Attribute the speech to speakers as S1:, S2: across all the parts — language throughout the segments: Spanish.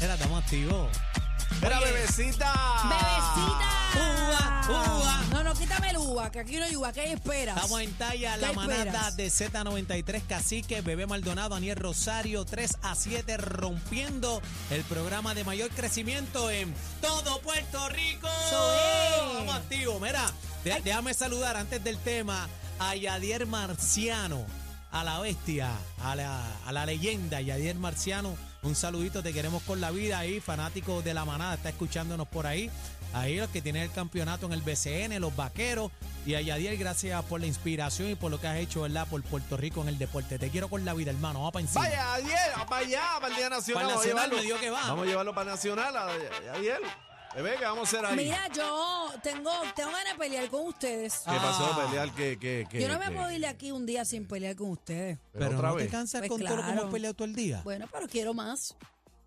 S1: Era, estamos activos.
S2: Era
S1: Oye.
S2: bebecita.
S1: Uva,
S3: ¡Bebecita!
S1: uva.
S3: No, no, quítame el uva, que aquí no hay uva. ¿Qué esperas?
S1: Estamos en talla, la
S3: ¿Qué
S1: manada
S3: esperas?
S1: de Z93, Cacique, Bebé Maldonado, Aniel Rosario, 3 a 7, rompiendo el programa de mayor crecimiento en todo Puerto Rico.
S3: Eso es.
S1: Vamos activo, mira, de- déjame saludar antes del tema a Yadier Marciano, a la bestia, a la, a la leyenda Yadier Marciano. Un saludito, te queremos con la vida ahí, fanático de la manada, está escuchándonos por ahí. Ahí los que tienen el campeonato en el BCN, los vaqueros. Y a Yadier, gracias por la inspiración y por lo que has hecho, ¿verdad? Por Puerto Rico en el deporte. Te quiero con la vida, hermano. Vamos para encima.
S2: Vaya, Adiel, para allá, para el Día Nacional.
S1: Para el
S2: vamos a
S1: Nacional
S2: llevarlo.
S1: me dio que va.
S2: Vamos a llevarlo para el Nacional, a- a- Adiel. Bebé, ¿qué vamos a hacer ahí?
S3: Mira, yo tengo, tengo ganas de pelear con ustedes.
S2: ¿Qué pasó,
S1: Ah.
S2: pelear? ¿Qué, qué, qué?
S3: Yo no me
S2: qué?
S3: puedo ir de aquí un día sin pelear con ustedes.
S2: Pero,
S1: Pero
S2: otra
S1: no te
S2: vez.
S1: cansas
S3: Pues
S1: con todo lo que
S3: claro.
S1: hemos peleado todo el día.
S3: Bueno, pero quiero más.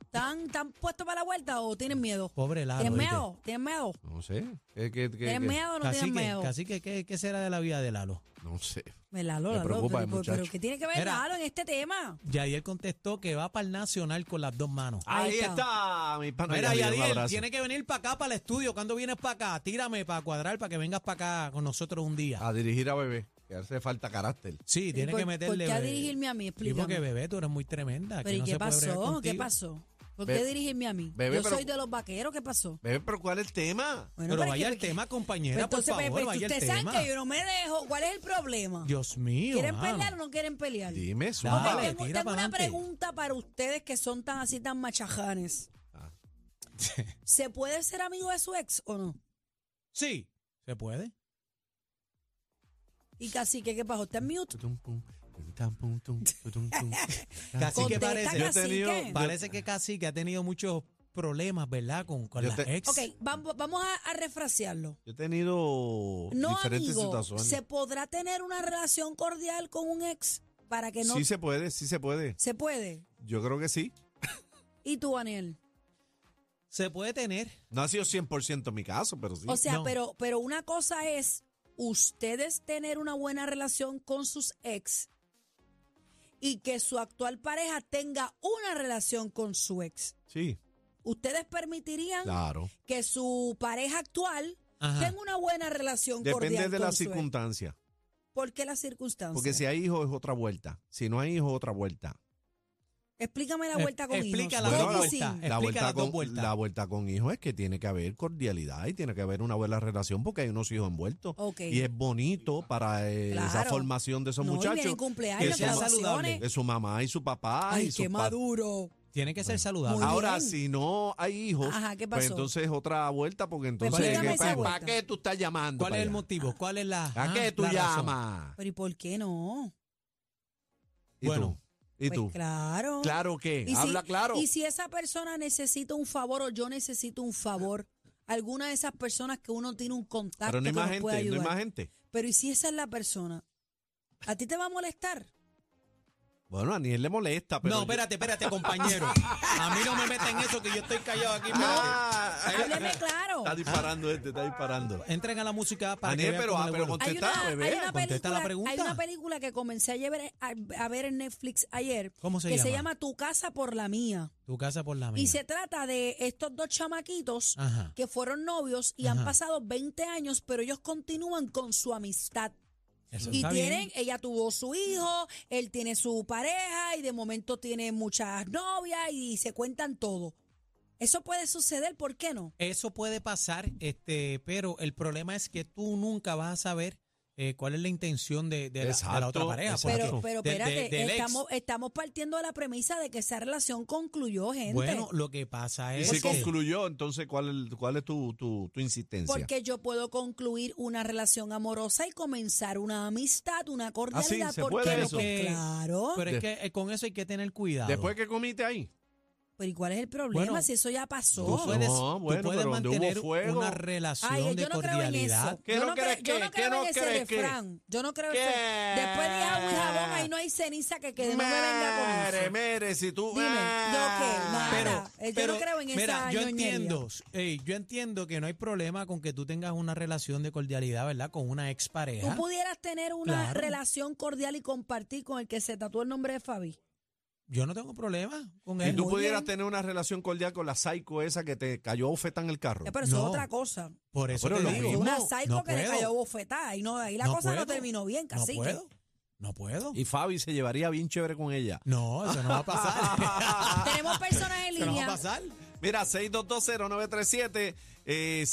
S3: ¿Están, están puestos para la vuelta o tienen miedo?
S1: Pobre Lalo.
S3: ¿Tienen
S1: ¿oíste?
S3: miedo? ¿Tienen miedo?
S2: No sé. ¿Qué, qué, qué,
S3: ¿Tienen
S2: qué?
S3: miedo o no tienen
S1: Cacique,
S3: miedo?
S1: cacique, ¿qué, ¿qué será de la vida de Lalo?
S2: No sé.
S3: Me Lalo,
S2: Me
S3: Lalo,
S2: preocupa el
S3: pero, pero
S2: muchacho.
S3: ¿qué tiene que ver
S1: Mira.
S3: Lalo en este tema?
S1: Yadier contestó que va para el Nacional con las dos manos.
S3: Ahí
S2: Ahí
S3: está.
S2: está, mi pana.
S1: Mira,
S2: Ah, Yadiel, un
S1: Yadiel,
S2: abrazo.
S1: tiene que venir para acá, para el estudio. ¿Cuándo vienes para acá? Tírame para cuadrar, para que vengas para acá con nosotros un día.
S2: A dirigir a bebé, que hace falta carácter.
S1: Sí, tiene
S3: por-
S1: que meterle.
S3: ¿Por qué a
S1: bebé.
S3: dirigirme a mí?
S1: Sí, porque
S3: Explícame.
S1: bebé, tú eres muy tremenda.
S3: ¿Pero
S1: que
S3: y
S1: no
S3: qué
S1: se puede bregar
S3: pasó? ¿Qué
S1: contigo.
S3: pasó? ¿Por
S2: Bebé-
S3: qué dirigirme a mí?
S2: Bebé,
S3: Yo
S2: pero-
S3: soy de los vaqueros, ¿qué pasó?
S2: Bebé, pero ¿cuál es el tema?
S3: Bueno, pues,
S1: pero
S3: es
S1: vaya
S3: que-
S1: al tema,
S3: Pero
S1: compañera, por
S3: Pues entonces,
S1: favor,
S3: Pepe,
S1: vaya al
S3: ustedes saben
S1: tema.
S3: que yo no me dejo. ¿Cuál es el problema?
S1: Dios mío.
S3: ¿Quieren
S1: mano.
S3: pelear o no quieren pelear?
S2: Dime,
S1: Dale,
S3: Ok,
S2: suave.
S3: tengo
S1: tira
S3: tengo una
S1: pa'lante.
S3: pregunta para ustedes que son tan así, tan machajanes.
S2: Ah.
S3: ¿Se puede ser amigo de su ex o no?
S1: Sí, se puede.
S3: Y casi que, ¿qué pasó? ¿Está en mute?
S1: Así que
S3: Contesta,
S1: parece-
S2: Yo he tenido-
S3: cacique.
S1: Parece que casi que ha tenido muchos problemas, ¿verdad? Con, con
S2: Yo
S1: las
S2: te-
S1: ex.
S3: Ok, vamos, vamos a, a refrasearlo.
S2: Yo he tenido
S3: No,
S2: diferentes
S3: amigo,
S2: situaciones.
S3: ¿se podrá tener una relación cordial con un ex para que no
S2: Sí
S3: se...
S2: se puede, sí se puede.
S3: puede?
S2: Yo creo que sí.
S3: ¿Y tú, Daniel?
S1: Se puede tener.
S2: No ha sido 100% mi caso, pero sí.
S3: O sea,
S1: No.
S3: pero, pero una cosa es ustedes tener una buena relación con sus ex y que su actual pareja tenga una relación con su ex.
S2: sí,
S3: ¿Ustedes permitirían
S2: claro.
S3: que su pareja actual
S1: Ajá.
S3: tenga una buena relación
S2: Depende
S3: cordial
S2: de
S3: con
S2: la
S3: su ex?
S2: circunstancia.
S3: ¿Por qué las circunstancias?
S2: Porque si hay hijos es otra vuelta. Si no hay hijos es otra vuelta.
S3: Explícame la
S1: Eh,
S3: vuelta con
S1: explica la
S3: hijos. Con
S2: vuelta.
S3: y
S1: vuelta.
S3: sin.
S1: Explica
S2: la vuelta
S1: las dos
S2: con,
S1: vueltas.
S2: La vuelta con hijos es que tiene que haber cordialidad y tiene que haber una buena relación porque hay unos hijos envueltos.
S3: Ok.
S2: Y es bonito para eh, esa
S3: Claro.
S2: formación de esos
S3: No, y
S2: muchachos.
S3: vienen cumpleaños,
S2: que son-
S1: saludable.
S3: graduaciones.
S2: de su mamá y su papá.
S3: Ay,
S2: y su
S3: qué maduro.
S1: Tiene que ser saludable.
S3: Muy bien.
S2: Ahora, si no hay hijos,
S3: Ajá, ¿qué
S2: pues
S3: pasó?
S2: entonces otra vuelta, porque entonces
S3: explícame
S2: ¿qué
S3: esa
S2: pa-
S3: vuelta.
S2: ¿para qué tú estás llamando?
S1: ¿Cuál
S2: para
S1: es el
S2: allá?
S1: motivo? ¿Cuál es la.
S2: ¿A
S1: ah,
S2: qué tú
S1: la razón?
S2: llamas?
S3: Pero ¿y por qué no?
S2: ¿Y
S1: Bueno.
S2: tú? ¿Y
S3: Pues
S2: tú?
S3: claro.
S2: Claro que,
S3: Y si-
S2: habla claro.
S3: Y si esa persona necesita un favor o yo necesito un favor, alguna de esas personas que uno tiene un contacto
S2: Pero no hay
S3: que
S2: más
S3: nos puede
S2: gente, no hay
S3: ayudar.
S2: más gente.
S3: Pero ¿y si esa es la persona? ¿A ti te va a molestar?
S2: Bueno, a Niel le molesta, pero.
S1: no,
S2: yo-
S1: espérate, espérate, compañero. A mí no me meten eso que yo estoy callado aquí. espérate.
S2: Ah,
S3: Hábleme Ah, claro.
S2: está disparando este, está disparando.
S1: Entren a la música para
S2: Aniel,
S1: que vean
S2: pero-
S1: cómo
S2: ah,
S1: le
S2: pero
S1: vuelvo.
S2: con- Contesta, bebé,
S1: contesta la
S3: película- hay
S1: pregunta.
S3: una película que comencé a, llevar- a- a ver en Netflix ayer
S1: ¿Cómo se
S3: que
S1: llama?
S3: se llama Tu casa por la mía.
S1: Tu casa por la mía.
S3: Y se trata de estos dos chamaquitos
S2: Ah.
S1: Ajá.
S3: que fueron novios y han
S1: Ajá.
S3: pasado 20 años, pero ellos continúan con su amistad.
S1: Eso
S3: Y
S1: está
S3: tienen,
S1: bien.
S3: ella tuvo su hijo, él tiene su pareja y de momento tiene muchas novias y se cuentan todo. Eso puede suceder, ¿por qué no?
S1: Eso puede pasar, este, pero el problema es que tú nunca vas a saber eh, cuál es la intención de, de la- de la,
S2: Exacto,
S1: otra pareja. porque
S3: Pero,
S2: Exacto.
S3: pero
S1: de- de-
S3: espérate,
S1: del ex.
S3: estamos, estamos partiendo de la premisa de que esa relación concluyó, gente.
S1: Bueno, lo que pasa
S2: Y
S1: es que-
S2: si concluyó, entonces, ¿cuál, el- cuál es tu, tu, tu insistencia?
S3: porque yo puedo concluir una relación amorosa y comenzar una amistad,
S1: Ah,
S3: una cordialidad.
S2: se
S3: ¿Por
S2: puede
S3: qué no?
S2: eso.
S3: Pues claro.
S1: pero es
S2: De-
S1: que eh, con eso hay que tener cuidado.
S2: Después que comiste ahí.
S3: Pero ¿y cuál es el problema
S1: Bueno,
S3: si eso ya
S1: tú
S2: No,
S3: pasó?
S1: puedes,
S2: no,
S1: tú puedes
S2: bueno, pero donde hubo
S1: mantener
S2: fuego.
S1: una relación
S3: Ay,
S1: de
S3: yo no creo en
S1: cordialidad.
S3: eso.
S2: ¿Qué
S3: yo
S2: no
S3: no creo,
S2: crees
S3: yo
S2: que-
S3: no
S2: qué
S3: creo
S2: no
S3: en ese
S2: crees que?
S3: refrán. Yo no creo en
S2: ¿Qué?
S3: ese- Después de agua y jabón, ahí no hay ceniza que quede. No me venga con
S2: Mere,
S3: eso.
S2: mere, si tú.
S3: Dime,
S2: Ah.
S3: yo qué, nada. Eh, yo no creo en
S1: mira,
S3: esa
S1: yo
S3: ñoñería.
S1: entiendo, ey, yo entiendo que no hay problema con que tú tengas una relación de cordialidad, ¿verdad? Con una
S3: Tú
S1: expareja.
S3: pudieras tener una
S1: Claro.
S3: relación cordial y compartir con el que se tatuó el nombre de Fabi.
S1: Yo no tengo problema con
S2: Si
S1: él.
S2: tú
S3: muy
S2: pudieras
S3: bien.
S2: tener una relación cordial con la psycho esa que te cayó feta en el carro.
S3: Ya, Eh, Pero eso
S1: No.
S3: es otra cosa.
S1: Por eso
S2: pero
S1: te
S2: lo
S1: digo.
S2: mismo.
S3: Una psycho
S1: no
S3: que le
S1: puedo,
S3: cayó bofetada y no, ahí la
S1: No
S3: cosa no
S1: puedo.
S3: terminó bien,
S1: No
S3: cacique.
S1: puedo. No puedo.
S2: Y Fabi se llevaría bien chévere con ella.
S1: No, eso no va a pasar.
S3: Tenemos personas en
S1: eso no Ah. va a
S3: línea.
S1: pasar.
S2: Mira, 6220937, eh,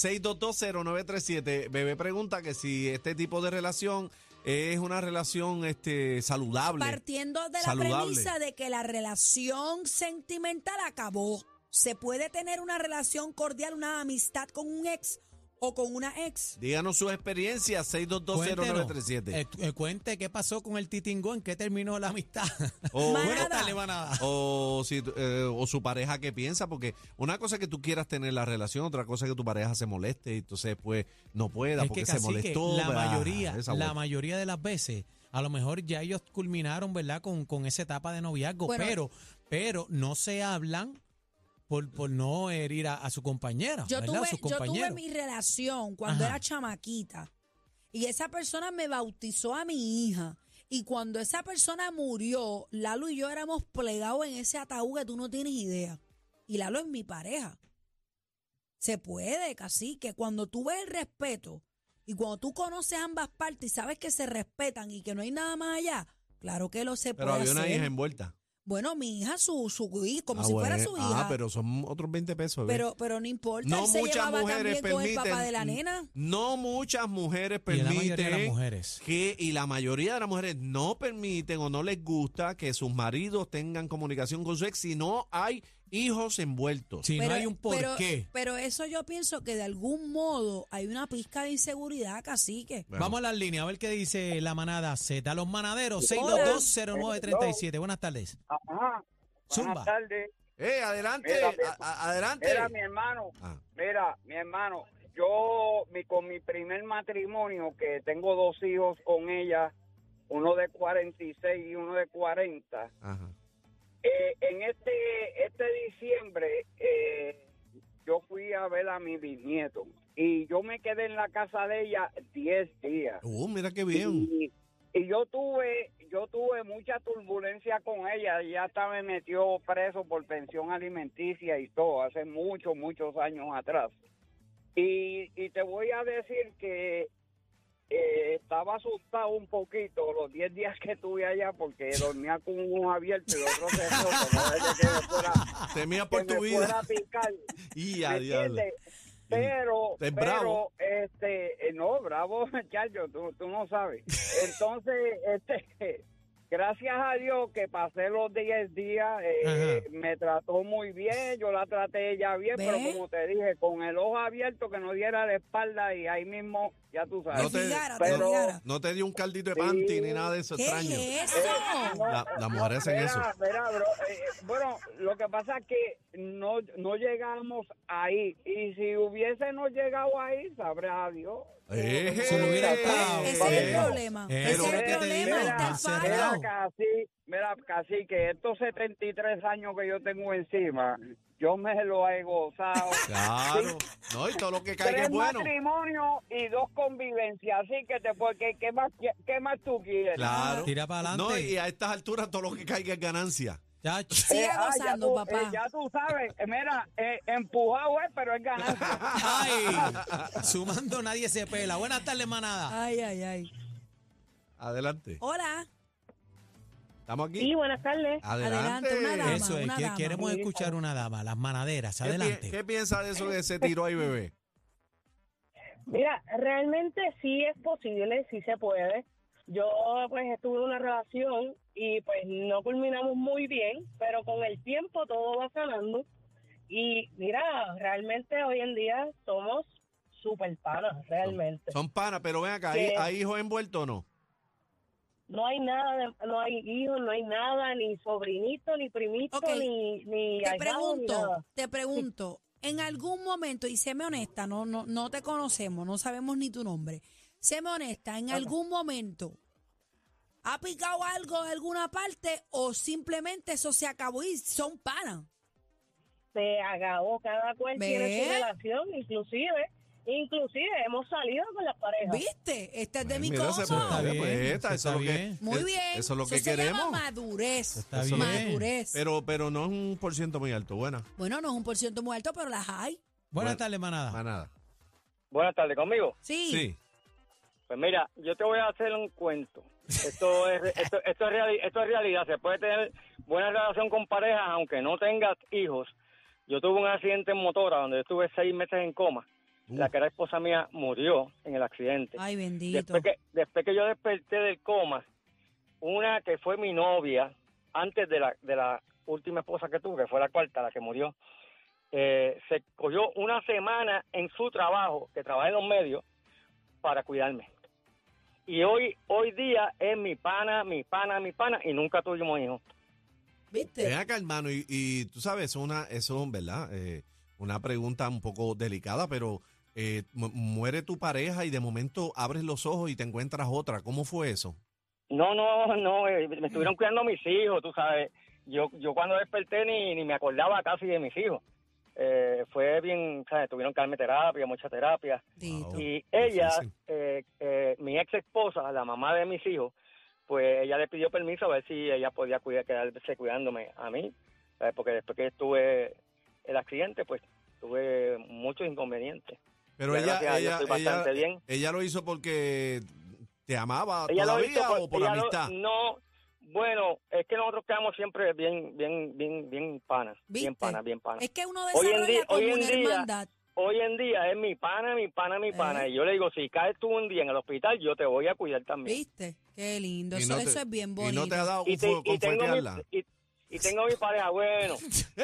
S2: 6220937. Bebé pregunta que si este tipo de relación es una relación este, saludable.
S3: Partiendo de la
S2: Saludable.
S3: premisa de que la relación sentimental acabó. ¿Se puede tener una relación cordial, una amistad con un ex o con una ex?
S2: Díganos sus experiencias,
S1: Cuéntenos.
S2: 6220937.
S1: Eh, eh, cuente qué pasó con el titingón, qué terminó la amistad.
S2: O,
S3: Manada.
S1: Buenas tardes, manada.
S2: o si, eh, o su pareja que piensa, porque una cosa es que tú quieras tener la relación, otra cosa es que tu pareja se moleste y entonces pues no pueda
S1: Es
S2: porque
S1: que,
S2: se
S1: cacique,
S2: molestó.
S1: la
S2: ¿verdad?
S1: mayoría,
S2: Esa
S1: la
S2: vuelta.
S1: mayoría de las veces, a lo mejor ya ellos culminaron, ¿verdad? Con, con esa etapa de noviazgo,
S3: Bueno.
S1: pero, pero no se hablan por, por no herir a, a su compañera,
S3: Yo
S1: Ah, ¿verdad? A
S3: tuve,
S1: sus
S3: yo tuve
S1: compañeros.
S3: mi relación cuando
S1: Ajá.
S3: era chamaquita y esa persona me bautizó a mi hija. Y cuando esa persona murió, Lalo y yo éramos plegados en ese ataúd que tú no tienes idea. Y Lalo es mi pareja. Se puede, casi que cuando tú ves el respeto y cuando tú conoces ambas partes y sabes que se respetan y que no hay nada más allá, claro que lo se
S2: Pero
S3: puede
S2: había una
S3: hacer.
S2: hija envuelta.
S3: Bueno, mi hija, su, su como
S2: Ah,
S3: si fuera
S2: bueno.
S3: su hija.
S2: Ah, pero son otros 20 pesos. bebé.
S3: Pero, pero no importa,
S2: no
S3: él se
S2: muchas
S3: llevaba
S2: mujeres
S3: también con el
S2: permiten.
S3: papá de la nena.
S2: No muchas mujeres
S1: Y la mayoría de las
S2: permiten
S1: mujeres.
S2: que y la mayoría de las mujeres no permiten o no les gusta que sus maridos tengan comunicación con su ex si no hay hijos envueltos.
S1: Si no hay un porqué.
S3: pero- pero eso yo pienso que de algún modo hay una pizca de inseguridad, cacique.
S2: Bueno.
S1: Vamos a las líneas, a ver qué dice la manada Z. Los manaderos,
S3: Hola.
S1: 6220937. Buenas tardes.
S4: Ajá.
S1: Zumba.
S4: Buenas tardes.
S2: Eh, adelante,
S4: Mira,
S2: a- a- adelante.
S4: Mira, mi hermano.
S2: Ah,
S4: Mira, mi hermano. Yo, mi, con mi primer matrimonio, que tengo dos hijos con ella, uno de 46 y uno de 40.
S2: ajá.
S4: eh, en este, este diciembre, eh, yo fui a ver a mi bisnieto. Y yo me quedé en la casa de ella 10 días.
S2: Uh, mira qué bien.
S4: Y, y yo tuve yo tuve mucha turbulencia con ella. Ella hasta me metió preso por pensión alimenticia y todo, hace muchos, muchos años atrás. Y, y te voy a decir que eh, estaba asustado un poquito los 10 días que estuve allá porque dormía con un abierto y otro cerrado. como desde que me fuera,
S2: Temía
S4: que
S2: por tu
S4: me fuera
S2: vida.
S4: a picar.
S2: Y
S4: ¿Me
S2: a diablo.
S4: entiendes? Pero,
S2: Estás
S4: pero
S2: bravo.
S4: este, eh, no, bravo, Chacho, tú, tú no sabes. Entonces, este, gracias a Dios que pasé los 10 días, eh,
S1: Ajá.
S4: me trató muy bien, yo la traté ella bien,
S3: ¿Ve?
S4: pero como te dije, con el ojo abierto que no diera la espalda y ahí mismo, ya tú sabes.
S2: No te-
S3: te figara, te
S4: pero-
S3: figara.
S2: No te dio un caldito de panty
S4: Sí.
S2: ni nada de eso
S3: ¿Qué
S2: extraño.
S3: es
S4: Eh,
S3: eso?
S4: no,
S2: La- las mujeres hacen
S4: verá,
S2: eso.
S4: verá, bro, eh, bueno, lo que pasa es que no, no llegamos ahí. Y si hubiésemos llegado ahí, sabrá Dios.
S2: Eh,
S1: Si lo hubiera eh, estado,
S3: Ese
S1: pero-
S3: es el problema.
S1: pero-
S3: ese es el
S1: pero-
S3: problema.
S1: pero-
S3: Está el
S1: pero-
S3: fallo.
S1: Cerrado.
S4: casi, mira, casi que estos 73 años que yo tengo encima, yo me lo he gozado.
S2: Claro. No, y todo lo que caiga
S4: Tres
S2: es bueno.
S4: matrimonios y dos convivencias, así que te porque qué más qui- qué más tú quieres.
S2: Claro.
S1: Tira para adelante.
S2: No, y a estas alturas todo lo que caiga es ganancia.
S1: Chacho.
S3: Sigue
S4: ah, ya
S3: gozando,
S4: tú-
S3: papá.
S4: eh, ya tú sabes, eh, mira, eh, empujado es, pero es ganancia.
S1: Ay, sumando nadie se pela. Buenas tardes, manada.
S3: Ay, ay, ay.
S2: Adelante.
S3: Hola.
S2: ¿Estamos aquí?
S5: Sí, buenas tardes.
S2: Adelante.
S3: Adelante, una dama.
S1: Eso es, que-
S3: dama.
S1: queremos
S5: Sí,
S1: escuchar una dama, las manaderas.
S2: ¿Qué pi-
S1: Adelante.
S2: ¿Qué piensa de eso que se tiró ahí, bebé?
S5: Mira, realmente sí es posible, sí se puede. Yo pues estuve en una relación y pues no culminamos muy bien, pero con el tiempo todo va sanando. Y mira, realmente hoy en día somos super panas, realmente.
S2: Son panas, pero ven acá, ¿hay,
S5: Que-
S2: hay hijos envueltos o no?
S5: No hay nada, de- no hay hijos, no hay nada, ni sobrinito, ni primito,
S3: Ok.
S5: ni, ni
S3: Te
S5: ahijado, ni nada.
S3: pregunto, te pregunto, en algún momento, y séme honesta, no, no, no te conocemos, no sabemos ni tu nombre. Séme honesta, en algún momento, ¿ha picado algo de alguna parte o simplemente eso se acabó y son panas?
S5: se acabó, cada cual tiene
S3: ¿Ve?
S5: su relación, inclusive Inclusive hemos salido con las parejas.
S3: ¿Viste? Esta es de
S2: Ay,
S3: mi
S2: mira, se
S3: cosa.
S1: Está
S2: puede,
S1: bien,
S2: pues, esta,
S1: está
S2: eso es lo que-
S1: bien.
S3: Muy
S2: es-
S3: bien.
S2: Eso es lo que
S3: se llama
S2: queremos.
S3: madurez.
S1: Está
S2: bien.
S3: Madurez.
S2: Pero, pero no es un por ciento muy alto. Buena.
S3: bueno, no es un por ciento muy alto, pero las hay.
S1: Buenas
S2: Bueno.
S1: tardes, manada.
S2: Más nada.
S6: Buenas tardes, conmigo.
S3: Sí.
S2: Sí.
S6: Pues mira, yo te voy a hacer un cuento. Esto es, esto, esto es, reali- esto es realidad. Se puede tener buena relación con parejas, aunque no tengas hijos. Yo tuve un accidente en motora donde yo estuve seis meses en coma. La que era esposa mía murió en el accidente.
S3: Ay, bendito.
S6: Después que, después que yo desperté del coma, una que fue mi novia, antes de la, de la última esposa que tuve, que fue la cuarta, la que murió, eh, se cogió una semana en su trabajo, que trabaja en los medios, para cuidarme. Y hoy, hoy día es mi pana, mi pana, mi pana, y nunca tuvimos hijos.
S3: ¿Viste?
S2: Ven acá, hermano, y, y tú sabes, eso es una, eso es, ¿verdad? Eh, una pregunta un poco delicada, pero eh, mu- muere tu pareja y de momento abres los ojos y te encuentras otra. ¿Cómo fue eso?
S6: No, no, no, eh, me estuvieron cuidando mis hijos, tú sabes. Yo, yo cuando desperté ni, ni me acordaba casi de mis hijos. Eh, fue bien, ¿sabes? Tuvieron que darme terapia, mucha terapia.
S3: Bendito.
S2: Wow.
S6: Y ella,
S2: Difícil.
S6: eh, eh, mi ex esposa, la mamá de mis hijos, pues ella le pidió permiso a ver si ella podía cuidar, quedarse cuidándome a mí, eh, porque después que tuve el accidente, pues tuve muchos inconvenientes.
S2: Pero
S6: Ya,
S2: ella,
S6: gracias a Dios,
S2: ella,
S6: estoy
S2: ella-
S6: bastante bien.
S2: ella lo hizo porque te amaba
S6: Ella lo
S2: todavía
S6: hizo por-
S2: o por
S6: ella lo-
S2: amistad.
S6: no, bueno, es que nosotros quedamos siempre bien, bien, bien, bien panas, bien
S3: ¿Viste?
S6: panas, bien panas.
S3: Es que uno
S6: Hoy en
S3: desarrolla
S6: día-
S3: como
S6: hoy en
S3: una
S6: día-
S3: hermandad.
S6: Hoy en día es mi pana, mi pana, mi pana,
S3: Eh.
S6: y yo le digo, si caes tú un día en el hospital, yo te voy a cuidar también.
S3: ¿Viste? Qué lindo.
S2: Y
S3: Eso,
S2: no te-
S3: eso es bien
S2: y
S3: bonito.
S2: no te has dado
S6: Y,
S2: un
S6: te-
S2: fuego
S6: y
S2: con
S6: tengo mi,
S2: fuetearla.
S6: y, y tengo mi pareja, bueno.
S2: ¡Eh!